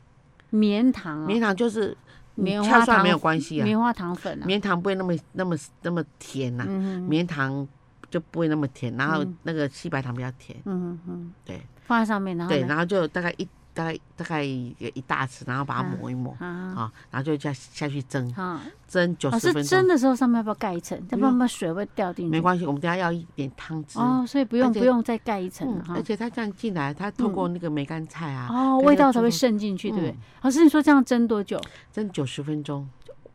[SPEAKER 2] 棉糖
[SPEAKER 1] 棉
[SPEAKER 2] 哦，
[SPEAKER 1] 糖就是
[SPEAKER 2] 棉
[SPEAKER 1] 翘
[SPEAKER 2] 花
[SPEAKER 1] 蒜
[SPEAKER 2] 糖
[SPEAKER 1] 没有关系啊，
[SPEAKER 2] 棉花糖粉啊，
[SPEAKER 1] 棉糖不会那么那么那么甜呐、
[SPEAKER 2] 嗯哼
[SPEAKER 1] 棉糖啊就不会那么甜，然后
[SPEAKER 2] 嗯
[SPEAKER 1] 那个西白糖比较甜，
[SPEAKER 2] 嗯嗯，
[SPEAKER 1] 对
[SPEAKER 2] 放在上面，然后
[SPEAKER 1] 对，
[SPEAKER 2] 呢，
[SPEAKER 1] 然后就大概一大概大概一一大匙，然后把它
[SPEAKER 2] 嗯
[SPEAKER 1] 磨一磨
[SPEAKER 2] 啊
[SPEAKER 1] 啊，然后就下下去蒸，
[SPEAKER 2] 啊，
[SPEAKER 1] 蒸九
[SPEAKER 2] 老
[SPEAKER 1] 十
[SPEAKER 2] 师
[SPEAKER 1] 分
[SPEAKER 2] 蒸
[SPEAKER 1] 钟，
[SPEAKER 2] 的时候上面要不要盖一层？
[SPEAKER 1] 不
[SPEAKER 2] 要不然
[SPEAKER 1] 用
[SPEAKER 2] 把水会掉进
[SPEAKER 1] 没
[SPEAKER 2] 去。
[SPEAKER 1] 关系，我们等一下要一点汤汁。
[SPEAKER 2] 哦，所以不
[SPEAKER 1] 而
[SPEAKER 2] 用
[SPEAKER 1] 且
[SPEAKER 2] 不用再盖一层
[SPEAKER 1] 嗯
[SPEAKER 2] 了，哈
[SPEAKER 1] 而。且它这样进来，它透过那个梅干菜啊，
[SPEAKER 2] 嗯哦，
[SPEAKER 1] 跟
[SPEAKER 2] 味
[SPEAKER 1] 那个
[SPEAKER 2] 道才
[SPEAKER 1] 猪
[SPEAKER 2] 会
[SPEAKER 1] 头
[SPEAKER 2] 渗进去，对不对
[SPEAKER 1] 嗯？
[SPEAKER 2] 老师，你说这样蒸多久？
[SPEAKER 1] 蒸九十分钟，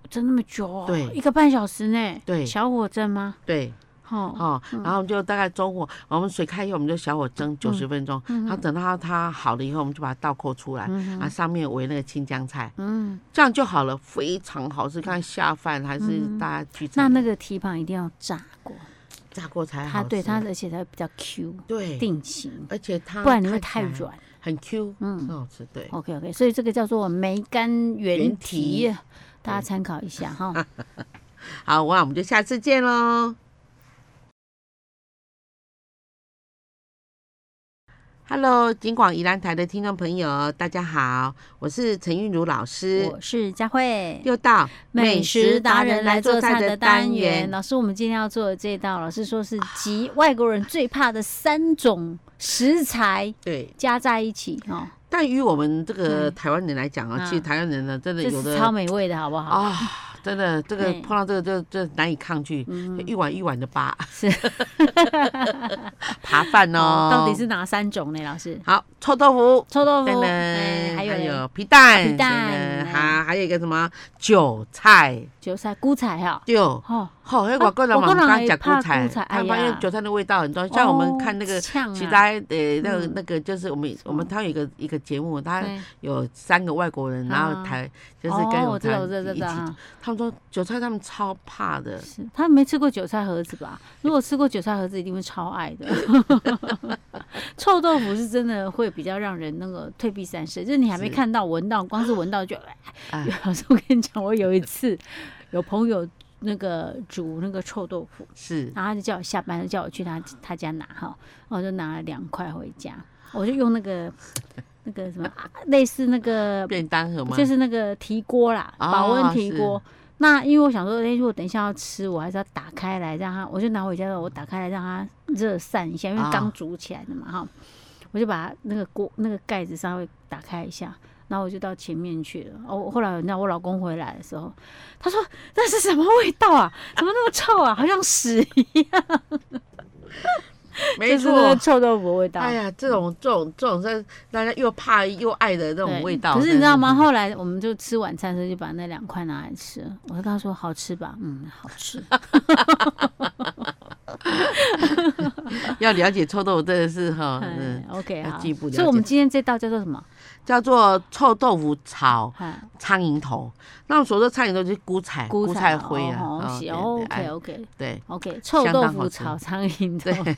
[SPEAKER 2] 蒸那么久、哦？
[SPEAKER 1] 对
[SPEAKER 2] 一个半小时呢。
[SPEAKER 1] 对
[SPEAKER 2] 小火蒸吗？
[SPEAKER 1] 对
[SPEAKER 2] 哦，
[SPEAKER 1] 哦，然后我们就大概中火，我们水开以后，我们就小火
[SPEAKER 2] 嗯
[SPEAKER 1] 蒸九十分钟，然后等到它好了以后，我们就把它倒扣出来，啊，上面围那个青江菜，
[SPEAKER 2] 嗯，
[SPEAKER 1] 这样就好了，非常好吃。看下饭还是大家聚
[SPEAKER 2] 嗯那
[SPEAKER 1] 餐，
[SPEAKER 2] 那个蹄膀一定要炸过，
[SPEAKER 1] 炸过才好
[SPEAKER 2] 它
[SPEAKER 1] 吃。
[SPEAKER 2] 对它，而且它比较 Q
[SPEAKER 1] 对，
[SPEAKER 2] 定型，
[SPEAKER 1] 而且它
[SPEAKER 2] 不然你会太
[SPEAKER 1] 看起来
[SPEAKER 2] 软。
[SPEAKER 1] 很 Q，很
[SPEAKER 2] 嗯
[SPEAKER 1] 好吃。对，
[SPEAKER 2] ，OK OK，所以这个叫做梅干原
[SPEAKER 1] 原
[SPEAKER 2] 蹄
[SPEAKER 1] 蹄，
[SPEAKER 2] 大家参考一下哈。
[SPEAKER 1] 好，哇，我们就下次见喽。Hello，金广宜兰台的听众朋友，大家好，我是陈韵如老师，
[SPEAKER 2] 我是佳慧。
[SPEAKER 1] 又到
[SPEAKER 2] 美食达人来做菜的单元，。老师，我们今天要做的这道，老师说是
[SPEAKER 1] 啊
[SPEAKER 2] 集外国人最怕的三种食材
[SPEAKER 1] 对
[SPEAKER 2] 加在一起哦。
[SPEAKER 1] 带鱼我们这个
[SPEAKER 2] 嗯
[SPEAKER 1] 台湾人来讲啊，
[SPEAKER 2] 嗯
[SPEAKER 1] 其实台湾人呢，真的
[SPEAKER 2] 这
[SPEAKER 1] 有
[SPEAKER 2] 是
[SPEAKER 1] 的
[SPEAKER 2] 超美味的好不好？
[SPEAKER 1] 啊，真的这个
[SPEAKER 2] 对
[SPEAKER 1] 碰到这个就就难以抗拒，
[SPEAKER 2] 嗯
[SPEAKER 1] 就一碗一碗的扒
[SPEAKER 2] 是
[SPEAKER 1] 扒饭 *laughs* 哦。
[SPEAKER 2] 到底是哪三种呢？老师，
[SPEAKER 1] 好臭豆腐。
[SPEAKER 2] 臭豆
[SPEAKER 1] 噔
[SPEAKER 2] 腐，
[SPEAKER 1] 噔
[SPEAKER 2] 哎，还有嘞哦
[SPEAKER 1] 皮蛋，
[SPEAKER 2] 皮蛋
[SPEAKER 1] 噔噔
[SPEAKER 2] 哎
[SPEAKER 1] 还还有一个什么韭菜，
[SPEAKER 2] 韭菜、菇菜哈，
[SPEAKER 1] 对，
[SPEAKER 2] 哦，
[SPEAKER 1] 好，那
[SPEAKER 2] 啊
[SPEAKER 1] 外国人
[SPEAKER 2] 外
[SPEAKER 1] 嘛，
[SPEAKER 2] 国
[SPEAKER 1] 我们
[SPEAKER 2] 人
[SPEAKER 1] 刚
[SPEAKER 2] 会
[SPEAKER 1] 讲
[SPEAKER 2] 怕
[SPEAKER 1] 韭菜
[SPEAKER 2] 韭菜，
[SPEAKER 1] 他
[SPEAKER 2] 哎
[SPEAKER 1] 发现
[SPEAKER 2] 呀
[SPEAKER 1] 韭菜的味道很重，像我们
[SPEAKER 2] 哦
[SPEAKER 1] 看那个
[SPEAKER 2] 呛
[SPEAKER 1] 其
[SPEAKER 2] 啊
[SPEAKER 1] 他呃那个
[SPEAKER 2] 嗯
[SPEAKER 1] 那个就是我们我们他有一个一个节目，他
[SPEAKER 2] 对
[SPEAKER 1] 有三个外国人，然后
[SPEAKER 2] 啊
[SPEAKER 1] 台就是跟
[SPEAKER 2] 哦我
[SPEAKER 1] 我
[SPEAKER 2] 知道，我知道，
[SPEAKER 1] 们
[SPEAKER 2] 知
[SPEAKER 1] 一
[SPEAKER 2] 道嗯
[SPEAKER 1] 起
[SPEAKER 2] 哈，
[SPEAKER 1] 他们说韭菜他们超怕的，
[SPEAKER 2] 是他们没吃过韭菜盒子吧？如果吃过韭菜盒子，一定会超爱的。 *laughs* 臭豆腐是真的会比较让人那个退避三舍，就是你还没
[SPEAKER 1] 是
[SPEAKER 2] 看到闻到，光是闻到就。
[SPEAKER 1] 哎
[SPEAKER 2] 老师，我跟你讲，我有一次有朋友那个煮那个臭豆腐，
[SPEAKER 1] 是
[SPEAKER 2] 然后他就叫我下班就叫我去他他家拿哈，然后我就拿了两块回家，我就用那个那个什么啊类似那个
[SPEAKER 1] 便当盒吗？
[SPEAKER 2] 就是那个提锅啦，
[SPEAKER 1] 哦
[SPEAKER 2] 保温提锅。那因为我想说，哎、如果等一下要吃，我还是要打开来让它，我就拿回家了，我打开来让它热散一下，因为
[SPEAKER 1] 啊
[SPEAKER 2] 刚煮起来的嘛哈、我就把那个锅那个盖子稍微打开一下，然后我就到前面去了。哦，我后来那我老公回来的时候，他说那是什么味
[SPEAKER 1] *laughs*
[SPEAKER 2] 道啊？怎么那么臭啊？好像屎一
[SPEAKER 1] 没
[SPEAKER 2] 样，就是那
[SPEAKER 1] 错
[SPEAKER 2] 个。臭豆腐味道。
[SPEAKER 1] 哎呀，这种这种这种是大家又怕又爱的那种
[SPEAKER 2] 对
[SPEAKER 1] 味道。
[SPEAKER 2] 可是你
[SPEAKER 1] 真
[SPEAKER 2] 知道
[SPEAKER 1] 是
[SPEAKER 2] 吗？？后来我们就吃晚餐的时候，就把那两块拿来吃。我就跟他说：“好吃吧？”嗯，好吃。
[SPEAKER 1] 要了解臭豆腐真的是哈，
[SPEAKER 2] 哎
[SPEAKER 1] 嗯，
[SPEAKER 2] OK，
[SPEAKER 1] 要
[SPEAKER 2] 好。
[SPEAKER 1] 进一步了
[SPEAKER 2] 所以我们
[SPEAKER 1] 解
[SPEAKER 2] 今天这道叫做什么？
[SPEAKER 1] 叫做臭豆腐炒
[SPEAKER 2] 哎，
[SPEAKER 1] 苍蝇头。那我们所说的苍蝇头就是菇菜，菇菜灰啊，
[SPEAKER 2] 哦
[SPEAKER 1] 哦
[SPEAKER 2] 是
[SPEAKER 1] 对
[SPEAKER 2] 哦
[SPEAKER 1] 对哎
[SPEAKER 2] OK OK
[SPEAKER 1] 对，
[SPEAKER 2] OK，臭
[SPEAKER 1] 相
[SPEAKER 2] 豆
[SPEAKER 1] 当好
[SPEAKER 2] 腐
[SPEAKER 1] 吃
[SPEAKER 2] 炒苍蝇头。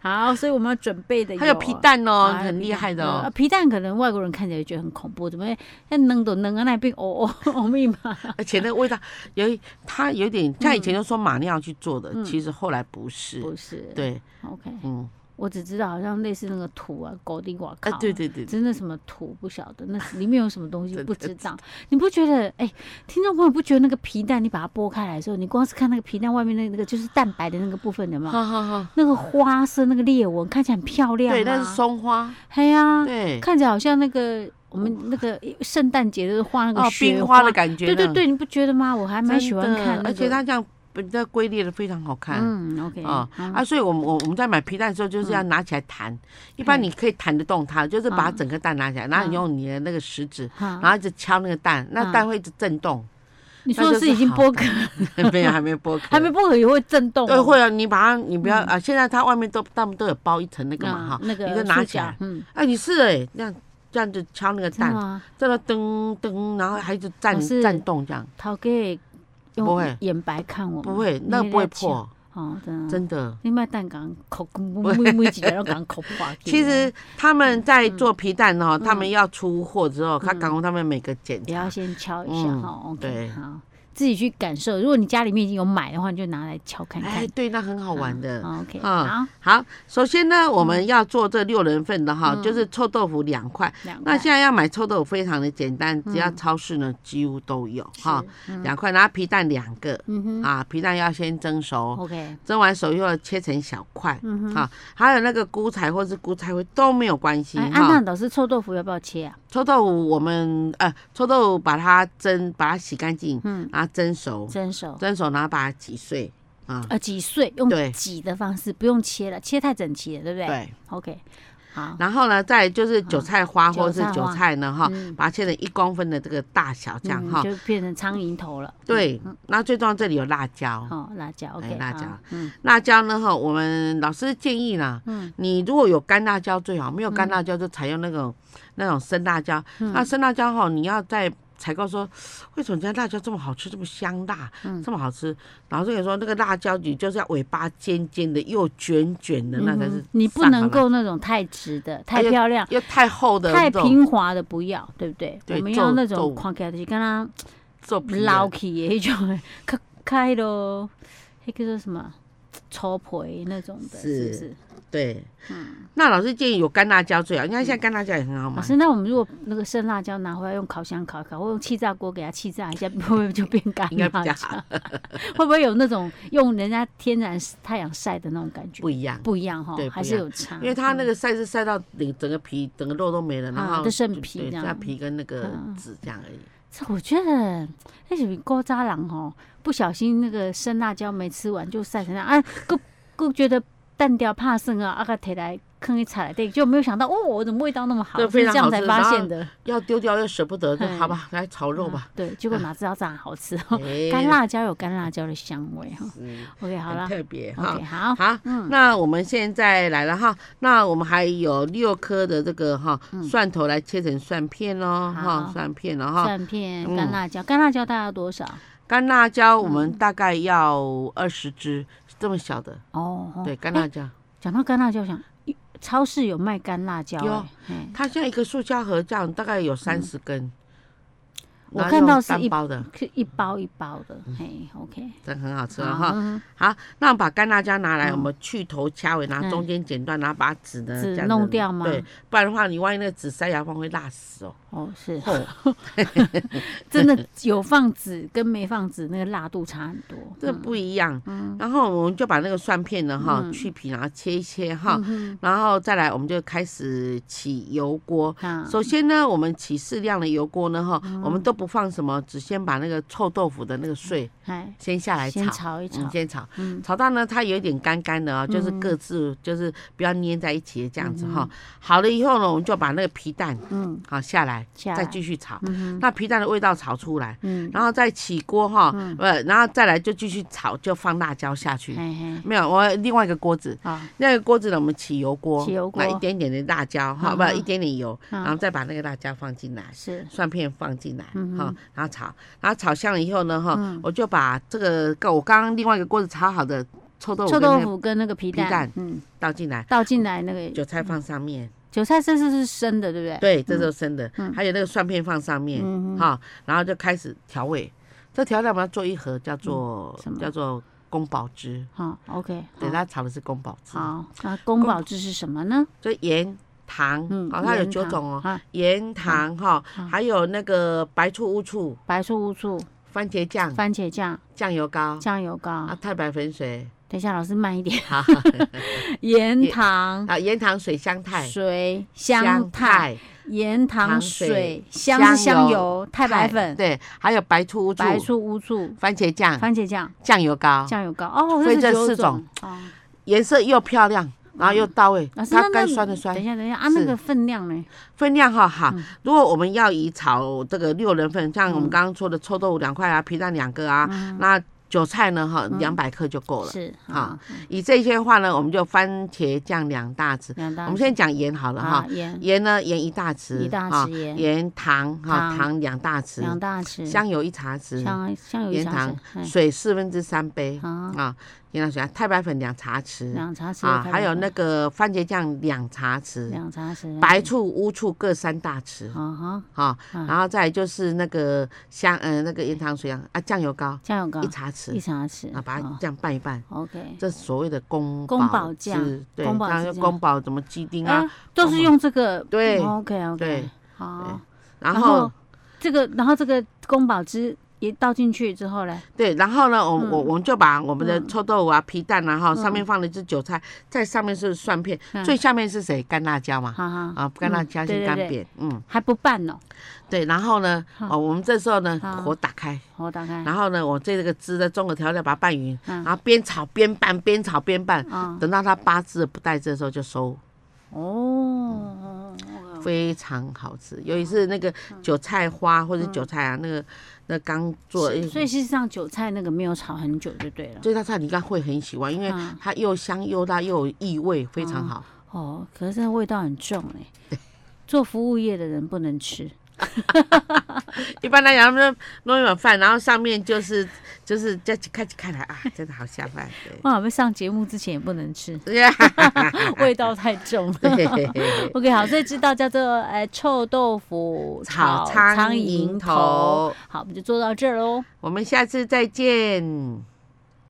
[SPEAKER 2] 好，所以我们要准备的
[SPEAKER 1] 还有皮蛋哦，很厉害的
[SPEAKER 2] 哎啊
[SPEAKER 1] 哦，
[SPEAKER 2] 皮蛋可能外国人看起来会觉得很恐怖，怎么会要弄都弄啊那边哦 *laughs* 哦哦密码
[SPEAKER 1] 而且那个味道有一它有点像以前就说马尿去做的，
[SPEAKER 2] 嗯
[SPEAKER 1] 其实后来不是，
[SPEAKER 2] 不是？
[SPEAKER 1] 对，
[SPEAKER 2] ，OK，
[SPEAKER 1] 嗯，
[SPEAKER 2] 我只知道好像类似那个土啊，狗地瓦
[SPEAKER 1] 哎
[SPEAKER 2] 靠，，
[SPEAKER 1] 对对对，对
[SPEAKER 2] 真的什么土不晓得，
[SPEAKER 1] *laughs*
[SPEAKER 2] 那是里面有什么东西
[SPEAKER 1] 真的
[SPEAKER 2] 不知道。你不觉得？哎、听众朋友不觉得那个皮蛋，你把它剥开来的时候，你光是看那个皮蛋外面那那个就是蛋白的那个部分，有没有？
[SPEAKER 1] 好好好，
[SPEAKER 2] 那个花色、那个裂纹看起来很漂亮、啊。
[SPEAKER 1] 对，那是松花，
[SPEAKER 2] 嘿呀、
[SPEAKER 1] 对，
[SPEAKER 2] 嗯看起来好像那个我们那个呃圣诞节的画那
[SPEAKER 1] 哦
[SPEAKER 2] 个，雪
[SPEAKER 1] 冰花的感觉，
[SPEAKER 2] 对对，对，你不觉得吗？我还蛮喜欢看、那个，
[SPEAKER 1] 而且它这样比较龟裂的非常好看，
[SPEAKER 2] 嗯，OK，
[SPEAKER 1] 哦
[SPEAKER 2] 嗯
[SPEAKER 1] 啊，所以我们我我们在买皮蛋的时候，就是要拿起来弹。一般你可以弹得动它，就是把
[SPEAKER 2] 嗯
[SPEAKER 1] 整个蛋拿起来，然后你用你的那个食指，
[SPEAKER 2] 好
[SPEAKER 1] 然后一直敲那个蛋，那
[SPEAKER 2] 嗯
[SPEAKER 1] 蛋会一直震动。 *laughs*
[SPEAKER 2] 你说的
[SPEAKER 1] 那就是
[SPEAKER 2] 是已经
[SPEAKER 1] 好
[SPEAKER 2] 剥壳，
[SPEAKER 1] 没有，还没剥壳，
[SPEAKER 2] *laughs* 还没。剥壳也嗯会震动、哦，
[SPEAKER 1] 对，会啊，你把它，你不要啊。现在它外面都他们都有包一层那个嘛
[SPEAKER 2] 啊
[SPEAKER 1] 哈，
[SPEAKER 2] 那个
[SPEAKER 1] 你就拿
[SPEAKER 2] 塑
[SPEAKER 1] 起来
[SPEAKER 2] 胶，嗯，
[SPEAKER 1] 哎，你是哎，这样这样就敲那个
[SPEAKER 2] 真的
[SPEAKER 1] 蛋，
[SPEAKER 2] 吗？
[SPEAKER 1] 这个噔噔，然后还一直颤
[SPEAKER 2] 老师
[SPEAKER 1] 颤动这样，
[SPEAKER 2] 陶哥
[SPEAKER 1] 不
[SPEAKER 2] 用
[SPEAKER 1] 会
[SPEAKER 2] 眼白看我们，
[SPEAKER 1] 不会，
[SPEAKER 2] 嗯你
[SPEAKER 1] 那个
[SPEAKER 2] 也
[SPEAKER 1] 不会
[SPEAKER 2] 在吃
[SPEAKER 1] 破，
[SPEAKER 2] 哦，真的。
[SPEAKER 1] 真的。
[SPEAKER 2] 你买蛋羹口每每几个都讲口破。
[SPEAKER 1] 其实他们在
[SPEAKER 2] 嗯
[SPEAKER 1] 做皮蛋哦，他们要出货之后，他赶工他们每个检
[SPEAKER 2] 也
[SPEAKER 1] 查
[SPEAKER 2] 要。先敲一下
[SPEAKER 1] 嗯
[SPEAKER 2] 哈、o k
[SPEAKER 1] 对
[SPEAKER 2] 好，自己去感受。如果你家里面已经有买的话，你就拿来敲看看
[SPEAKER 1] 哎，。对，那很好玩的。
[SPEAKER 2] 好 OK，、
[SPEAKER 1] 嗯
[SPEAKER 2] 好，
[SPEAKER 1] 好，首先呢，我们要做这六人份的哈，
[SPEAKER 2] 嗯
[SPEAKER 1] 就是臭豆腐两块。
[SPEAKER 2] 两
[SPEAKER 1] 那
[SPEAKER 2] 块
[SPEAKER 1] 现在要买臭豆腐非常的简单，只要超市呢几乎都有哈，，
[SPEAKER 2] 嗯是嗯
[SPEAKER 1] 两块，然后皮蛋两个
[SPEAKER 2] 嗯哼
[SPEAKER 1] 啊，皮蛋要先蒸熟，
[SPEAKER 2] ，OK，
[SPEAKER 1] 蒸完熟以后切成小块
[SPEAKER 2] 嗯哼。
[SPEAKER 1] 啊，还有那个菇菜或是菇菜灰都没有关系
[SPEAKER 2] 哎，安娜
[SPEAKER 1] 哈。
[SPEAKER 2] 老师，臭豆腐要不要切啊？
[SPEAKER 1] 臭豆腐我们呃，臭豆腐把它蒸，把它洗干净，
[SPEAKER 2] 嗯，
[SPEAKER 1] 然后蒸熟，
[SPEAKER 2] 蒸熟。
[SPEAKER 1] 蒸熟然后把它挤碎啊，
[SPEAKER 2] 呃，几碎用
[SPEAKER 1] 对
[SPEAKER 2] 挤的方式，不用切了，切太整齐了，对不对？
[SPEAKER 1] 对。
[SPEAKER 2] OK，好，
[SPEAKER 1] 然后呢，再就是韭菜花
[SPEAKER 2] 啊嗯
[SPEAKER 1] 或者是
[SPEAKER 2] 韭菜
[SPEAKER 1] 韭
[SPEAKER 2] 花
[SPEAKER 1] 菜呢，哈
[SPEAKER 2] 嗯，
[SPEAKER 1] 把它切成一公分的这个大小这样
[SPEAKER 2] 嗯
[SPEAKER 1] 哈。
[SPEAKER 2] 就嗯变成苍蝇头了。
[SPEAKER 1] 对，那最重要这里有辣椒，
[SPEAKER 2] 哦，辣椒
[SPEAKER 1] 哎
[SPEAKER 2] ，OK，
[SPEAKER 1] 辣
[SPEAKER 2] 好
[SPEAKER 1] 椒
[SPEAKER 2] 嗯，
[SPEAKER 1] 辣椒呢哈，我们老师建议呢，
[SPEAKER 2] 嗯
[SPEAKER 1] 你如果有干辣椒最好，没有干辣椒就采用那种那种生辣椒。
[SPEAKER 2] 嗯
[SPEAKER 1] 那生辣椒哈，你要在采购说，为什么人家辣椒这么好吃，这么香辣，
[SPEAKER 2] 嗯
[SPEAKER 1] 这么好吃？老师跟你说，那个辣椒你就是要尾巴尖尖的，又卷卷的，那才是
[SPEAKER 2] 嗯你不
[SPEAKER 1] 上好
[SPEAKER 2] 能
[SPEAKER 1] 辣
[SPEAKER 2] 够那种太直的、太
[SPEAKER 1] 哎呀
[SPEAKER 2] 漂亮、
[SPEAKER 1] 又太厚的，
[SPEAKER 2] 太平滑的，不要，对不对？
[SPEAKER 1] 对
[SPEAKER 2] 我们要
[SPEAKER 1] 皱
[SPEAKER 2] 那
[SPEAKER 1] 皱
[SPEAKER 2] 种看起来就是跟它
[SPEAKER 1] 做皮的
[SPEAKER 2] 老起的那种 *laughs* 的，较较迄落，迄叫做什么？粗皮那种的，是不
[SPEAKER 1] 是
[SPEAKER 2] 是？
[SPEAKER 1] 对，那老师建议有干辣椒最好，你看现在干辣椒也很好
[SPEAKER 2] 嗯老
[SPEAKER 1] 买。
[SPEAKER 2] 师，那我们如果那个生辣椒拿回来用烤箱烤一烤，或用气炸锅给它气炸一下， *laughs* 会不会就变干
[SPEAKER 1] 应该
[SPEAKER 2] 辣
[SPEAKER 1] 比较
[SPEAKER 2] 椒？
[SPEAKER 1] 好，
[SPEAKER 2] *laughs* 会不会有那种用人家天然太阳晒的那种感觉？
[SPEAKER 1] 不一样，
[SPEAKER 2] 不一样哈
[SPEAKER 1] 对，
[SPEAKER 2] 还
[SPEAKER 1] 不一
[SPEAKER 2] 是
[SPEAKER 1] 样
[SPEAKER 2] 有差。嗯
[SPEAKER 1] 因为它那个晒是晒到你整个皮、整个肉都没了，然
[SPEAKER 2] 啊
[SPEAKER 1] 后
[SPEAKER 2] 就剩
[SPEAKER 1] 就
[SPEAKER 2] 皮
[SPEAKER 1] 对
[SPEAKER 2] 这样
[SPEAKER 1] 剩下皮跟那个
[SPEAKER 2] 嗯
[SPEAKER 1] 籽这样而已。
[SPEAKER 2] 这我觉得哎那是高渣郎哦，不小心那个生辣椒没吃完就晒成那样啊，够 *laughs* 够觉得淡掉怕剩啊，啊个提来坑一踩来对，就没有想到哦，我怎么味道那么好，
[SPEAKER 1] 对
[SPEAKER 2] 是
[SPEAKER 1] 非常
[SPEAKER 2] 这样
[SPEAKER 1] 好
[SPEAKER 2] 才
[SPEAKER 1] 吃
[SPEAKER 2] 发
[SPEAKER 1] 然后
[SPEAKER 2] 现的。
[SPEAKER 1] 要丢掉又舍不得，就
[SPEAKER 2] 哎
[SPEAKER 1] 好吧，来炒肉吧。
[SPEAKER 2] 啊对，结果哪知道这样好吃哦，
[SPEAKER 1] *laughs* 哎
[SPEAKER 2] 干辣椒有干辣椒的香味哈。
[SPEAKER 1] 嗯
[SPEAKER 2] OK，好
[SPEAKER 1] *laughs* 很
[SPEAKER 2] 了
[SPEAKER 1] 特别哈
[SPEAKER 2] ，OK，。好，嗯
[SPEAKER 1] 好，那我们现在来了哈，那我们还有六颗的这个哈蒜头来切成蒜片哦，哈
[SPEAKER 2] 嗯好
[SPEAKER 1] 蒜片了哈。
[SPEAKER 2] 蒜片、
[SPEAKER 1] 嗯
[SPEAKER 2] 干辣椒，干辣椒大概要多少？
[SPEAKER 1] 干辣椒我
[SPEAKER 2] 嗯
[SPEAKER 1] 们大概要二十支，这么小的，
[SPEAKER 2] 哦，哦
[SPEAKER 1] 对，干
[SPEAKER 2] 哎
[SPEAKER 1] 辣椒，
[SPEAKER 2] 讲到干辣椒，想超市有卖干辣椒、
[SPEAKER 1] 有
[SPEAKER 2] 哎嘿
[SPEAKER 1] 它像一个塑胶盒这样，大概有三十根。
[SPEAKER 2] 嗯我
[SPEAKER 1] 然后
[SPEAKER 2] 看到
[SPEAKER 1] 用
[SPEAKER 2] 是
[SPEAKER 1] 单
[SPEAKER 2] 一
[SPEAKER 1] 包的，
[SPEAKER 2] 是一包一包的，
[SPEAKER 1] 嗯
[SPEAKER 2] 嘿，OK，
[SPEAKER 1] 真很好吃
[SPEAKER 2] 好
[SPEAKER 1] 了哈。
[SPEAKER 2] 嗯
[SPEAKER 1] 好，那我们把干辣椒拿来，我们去头掐尾，然后
[SPEAKER 2] 嗯
[SPEAKER 1] 中间剪断，然后把籽呢
[SPEAKER 2] 籽
[SPEAKER 1] 这样
[SPEAKER 2] 弄
[SPEAKER 1] 子
[SPEAKER 2] 掉吗
[SPEAKER 1] 呃对，不然的话，你万一那个籽塞牙缝会辣死哦。
[SPEAKER 2] 哦，是
[SPEAKER 1] 哦， *laughs*
[SPEAKER 2] 真的有放纸跟没放纸那个辣度差很多，
[SPEAKER 1] 这不一样。
[SPEAKER 2] 嗯
[SPEAKER 1] 然后我们就把那个蒜片呢哈去皮，然后切一切
[SPEAKER 2] 嗯
[SPEAKER 1] 哈，然后再来我们就开始起油锅。
[SPEAKER 2] 啊，
[SPEAKER 1] 首先呢，我们起适量的油锅呢哈，
[SPEAKER 2] 嗯
[SPEAKER 1] 我们都不放什么，只先把那个臭豆腐的那个碎
[SPEAKER 2] 哎，
[SPEAKER 1] 先下来
[SPEAKER 2] 先
[SPEAKER 1] 炒。
[SPEAKER 2] 炒一炒
[SPEAKER 1] 嗯，，先炒，
[SPEAKER 2] 嗯
[SPEAKER 1] 炒到呢它有一点干干的哦，就是各自就是不要粘在一起的这样子哈。好了以后呢，我们就把那个皮蛋
[SPEAKER 2] 嗯，
[SPEAKER 1] 好下来，
[SPEAKER 2] 下
[SPEAKER 1] 再
[SPEAKER 2] 来，
[SPEAKER 1] 继续炒，
[SPEAKER 2] 嗯哼，
[SPEAKER 1] 那皮蛋的味道炒出来，
[SPEAKER 2] 嗯，
[SPEAKER 1] 然后再起锅哈，呃，然后再来就继续炒，就放辣椒下去。
[SPEAKER 2] 嘿嘿，
[SPEAKER 1] 没有，我另外一个锅子，
[SPEAKER 2] 啊，
[SPEAKER 1] 那个锅子呢，我们起油锅，
[SPEAKER 2] 起油锅
[SPEAKER 1] 那一点点的辣椒哈，
[SPEAKER 2] 嗯
[SPEAKER 1] 不
[SPEAKER 2] 嗯
[SPEAKER 1] 一点点油，
[SPEAKER 2] 嗯
[SPEAKER 1] 然后再把那个辣椒放进来，
[SPEAKER 2] 是，
[SPEAKER 1] 蒜片放进来
[SPEAKER 2] 嗯
[SPEAKER 1] 哈，然后炒，然后炒香了以后呢哈，我就把这个我刚刚另外一个锅子炒好的臭豆腐
[SPEAKER 2] 臭
[SPEAKER 1] 跟那
[SPEAKER 2] 豆
[SPEAKER 1] 个
[SPEAKER 2] 腐跟那个皮
[SPEAKER 1] 皮蛋
[SPEAKER 2] 蛋，嗯，
[SPEAKER 1] 倒进来，
[SPEAKER 2] 倒进来那个
[SPEAKER 1] 韭菜放上面，
[SPEAKER 2] 韭菜这是是生的，对不对？
[SPEAKER 1] 对，这都生的，
[SPEAKER 2] 嗯
[SPEAKER 1] 还有那个蒜片放上面，哈、然后就开始调味。这调料我们要做一盒，叫做、
[SPEAKER 2] 嗯什么
[SPEAKER 1] 叫做宫保汁。
[SPEAKER 2] 好，OK，
[SPEAKER 1] 对，
[SPEAKER 2] 好
[SPEAKER 1] 它炒的是宫保汁，
[SPEAKER 2] 好，那宫保汁是什么呢？
[SPEAKER 1] 就盐、糖，
[SPEAKER 2] 嗯，
[SPEAKER 1] 哦，它有
[SPEAKER 2] 盐
[SPEAKER 1] 九
[SPEAKER 2] 糖
[SPEAKER 1] 种哦，
[SPEAKER 2] 啊，
[SPEAKER 1] 盐、糖哈、还有那个白醋、乌醋、
[SPEAKER 2] 白醋、乌醋、
[SPEAKER 1] 番茄酱、
[SPEAKER 2] 番茄酱、
[SPEAKER 1] 酱油膏
[SPEAKER 2] 酱油膏
[SPEAKER 1] 嗯啊，。太白粉水，
[SPEAKER 2] 等一下，老师慢一点。
[SPEAKER 1] 好， *laughs*
[SPEAKER 2] 盐
[SPEAKER 1] 也
[SPEAKER 2] 糖、
[SPEAKER 1] 啊，盐、糖、水、香菜、
[SPEAKER 2] 嗯水、香菜、
[SPEAKER 1] 菜、
[SPEAKER 2] 盐糖、
[SPEAKER 1] 糖
[SPEAKER 2] 水
[SPEAKER 1] 水、
[SPEAKER 2] 香是
[SPEAKER 1] 香
[SPEAKER 2] 香
[SPEAKER 1] 油
[SPEAKER 2] 油、太白粉、
[SPEAKER 1] 对，还有白醋、乌醋、
[SPEAKER 2] 白醋、乌醋、
[SPEAKER 1] 番茄酱、
[SPEAKER 2] 番茄酱、
[SPEAKER 1] 酱油膏，
[SPEAKER 2] 酱油膏。哦，
[SPEAKER 1] 所以
[SPEAKER 2] 是
[SPEAKER 1] 这
[SPEAKER 2] 九
[SPEAKER 1] 四
[SPEAKER 2] 种。哦，
[SPEAKER 1] 颜色又漂亮，然后又到位，
[SPEAKER 2] 嗯老师，那
[SPEAKER 1] 它该
[SPEAKER 2] 那
[SPEAKER 1] 酸的酸
[SPEAKER 2] 等一，下，嗯等一下啊，
[SPEAKER 1] 是
[SPEAKER 2] 那个分量呢？
[SPEAKER 1] 分量哈好。如果我们要以炒这个六人份，像我
[SPEAKER 2] 嗯
[SPEAKER 1] 们刚刚说的臭豆腐两块啊，皮蛋两个啊，那韭菜呢哈两百克就够了。
[SPEAKER 2] 嗯是
[SPEAKER 1] 好
[SPEAKER 2] 啊，
[SPEAKER 1] 以这些的话呢，我们就番茄酱两大匙，
[SPEAKER 2] 两
[SPEAKER 1] 我
[SPEAKER 2] 大
[SPEAKER 1] 们先讲盐好了
[SPEAKER 2] 啊
[SPEAKER 1] 哈，，
[SPEAKER 2] 盐
[SPEAKER 1] 盐呢盐一大匙，
[SPEAKER 2] 一大
[SPEAKER 1] 啊
[SPEAKER 2] 匙盐
[SPEAKER 1] 盐糖哈
[SPEAKER 2] 糖
[SPEAKER 1] 糖两大匙，
[SPEAKER 2] 两大匙，
[SPEAKER 1] 香油一茶匙，
[SPEAKER 2] 香香油一
[SPEAKER 1] 盐
[SPEAKER 2] 茶
[SPEAKER 1] 糖
[SPEAKER 2] 匙哎，
[SPEAKER 1] 水四分之三杯
[SPEAKER 2] 啊，
[SPEAKER 1] 啊，盐糖水，太白粉两茶匙，
[SPEAKER 2] 两茶匙
[SPEAKER 1] 啊，
[SPEAKER 2] 的太
[SPEAKER 1] 还
[SPEAKER 2] 白
[SPEAKER 1] 有
[SPEAKER 2] 粉
[SPEAKER 1] 那个番茄酱两茶匙，
[SPEAKER 2] 两茶匙的
[SPEAKER 1] 白醋、乌醋各三大匙，
[SPEAKER 2] 啊哈，
[SPEAKER 1] 哈，
[SPEAKER 2] 嗯
[SPEAKER 1] 然后再来就是那个香，呃，那个盐糖水啊，啊，酱油膏
[SPEAKER 2] 酱油膏
[SPEAKER 1] 一茶
[SPEAKER 2] 一
[SPEAKER 1] 匙，
[SPEAKER 2] 茶匙
[SPEAKER 1] 啊，把它
[SPEAKER 2] 哦
[SPEAKER 1] 这样拌一拌，
[SPEAKER 2] OK，哎
[SPEAKER 1] 这所谓的宫
[SPEAKER 2] 宫保
[SPEAKER 1] 汁
[SPEAKER 2] 酱
[SPEAKER 1] 对，
[SPEAKER 2] 宫保
[SPEAKER 1] 它
[SPEAKER 2] 汁
[SPEAKER 1] 就
[SPEAKER 2] 酱
[SPEAKER 1] 宫保什么鸡丁
[SPEAKER 2] 哎
[SPEAKER 1] 啊，
[SPEAKER 2] 都是用这个
[SPEAKER 1] 对
[SPEAKER 2] ，OK OK，
[SPEAKER 1] 对
[SPEAKER 2] 好，
[SPEAKER 1] 然
[SPEAKER 2] 然
[SPEAKER 1] 后
[SPEAKER 2] 后这个，然后这个宫保汁也倒进去之后嘞，
[SPEAKER 1] 对，然后呢，我
[SPEAKER 2] 嗯
[SPEAKER 1] 我我们就把我们的臭豆腐啊、皮蛋啊，哈，上面放了一只韭菜，在上面是蒜片，
[SPEAKER 2] 嗯
[SPEAKER 1] 最下面是谁？干辣椒嘛，
[SPEAKER 2] 哈哈，
[SPEAKER 1] 啊，干辣
[SPEAKER 2] 嗯
[SPEAKER 1] 椒先
[SPEAKER 2] 对对
[SPEAKER 1] 干
[SPEAKER 2] 对
[SPEAKER 1] 煸，嗯，
[SPEAKER 2] 还不拌哦，
[SPEAKER 1] 对，然后呢，哦，我们这时候呢
[SPEAKER 2] 好，
[SPEAKER 1] 火打开。
[SPEAKER 2] 我打开，
[SPEAKER 1] 然后呢，我这个汁的综合调料把它拌匀，
[SPEAKER 2] 哦嗯
[SPEAKER 1] 然后边炒边拌，边炒边拌，
[SPEAKER 2] 啊，
[SPEAKER 1] 等到它八字不带汁的时候就收，
[SPEAKER 2] 哦，
[SPEAKER 1] 非常好吃。尤其是那个
[SPEAKER 2] 嗯
[SPEAKER 1] 韭菜花或者韭菜啊，那个那刚做，
[SPEAKER 2] 是所
[SPEAKER 1] 所
[SPEAKER 2] 以事实上韭菜那个没有炒很久就对了，
[SPEAKER 1] 以它菜你应该会很喜欢，因为
[SPEAKER 2] 嗯
[SPEAKER 1] 它又香又辣又有异味，非常好。
[SPEAKER 2] 哦，可是味道很重哎，做服务业的人不能吃，
[SPEAKER 1] 一般来讲，他们就弄一碗饭，然后上面就是就是这样看起看来啊，真的好下饭。对
[SPEAKER 2] 哇，我们上节目之前也不能
[SPEAKER 1] *laughs*
[SPEAKER 2] 吃，
[SPEAKER 1] 对
[SPEAKER 2] *laughs*
[SPEAKER 1] 呀，
[SPEAKER 2] 味道太重
[SPEAKER 1] *laughs*
[SPEAKER 2] 了。
[SPEAKER 1] 嘿嘿嘿
[SPEAKER 2] OK，好，所以知道叫做呃臭豆腐
[SPEAKER 1] 炒
[SPEAKER 2] 苍
[SPEAKER 1] 苍蝇头，
[SPEAKER 2] 好，我们就做到这儿喽。
[SPEAKER 1] 我们下次再见。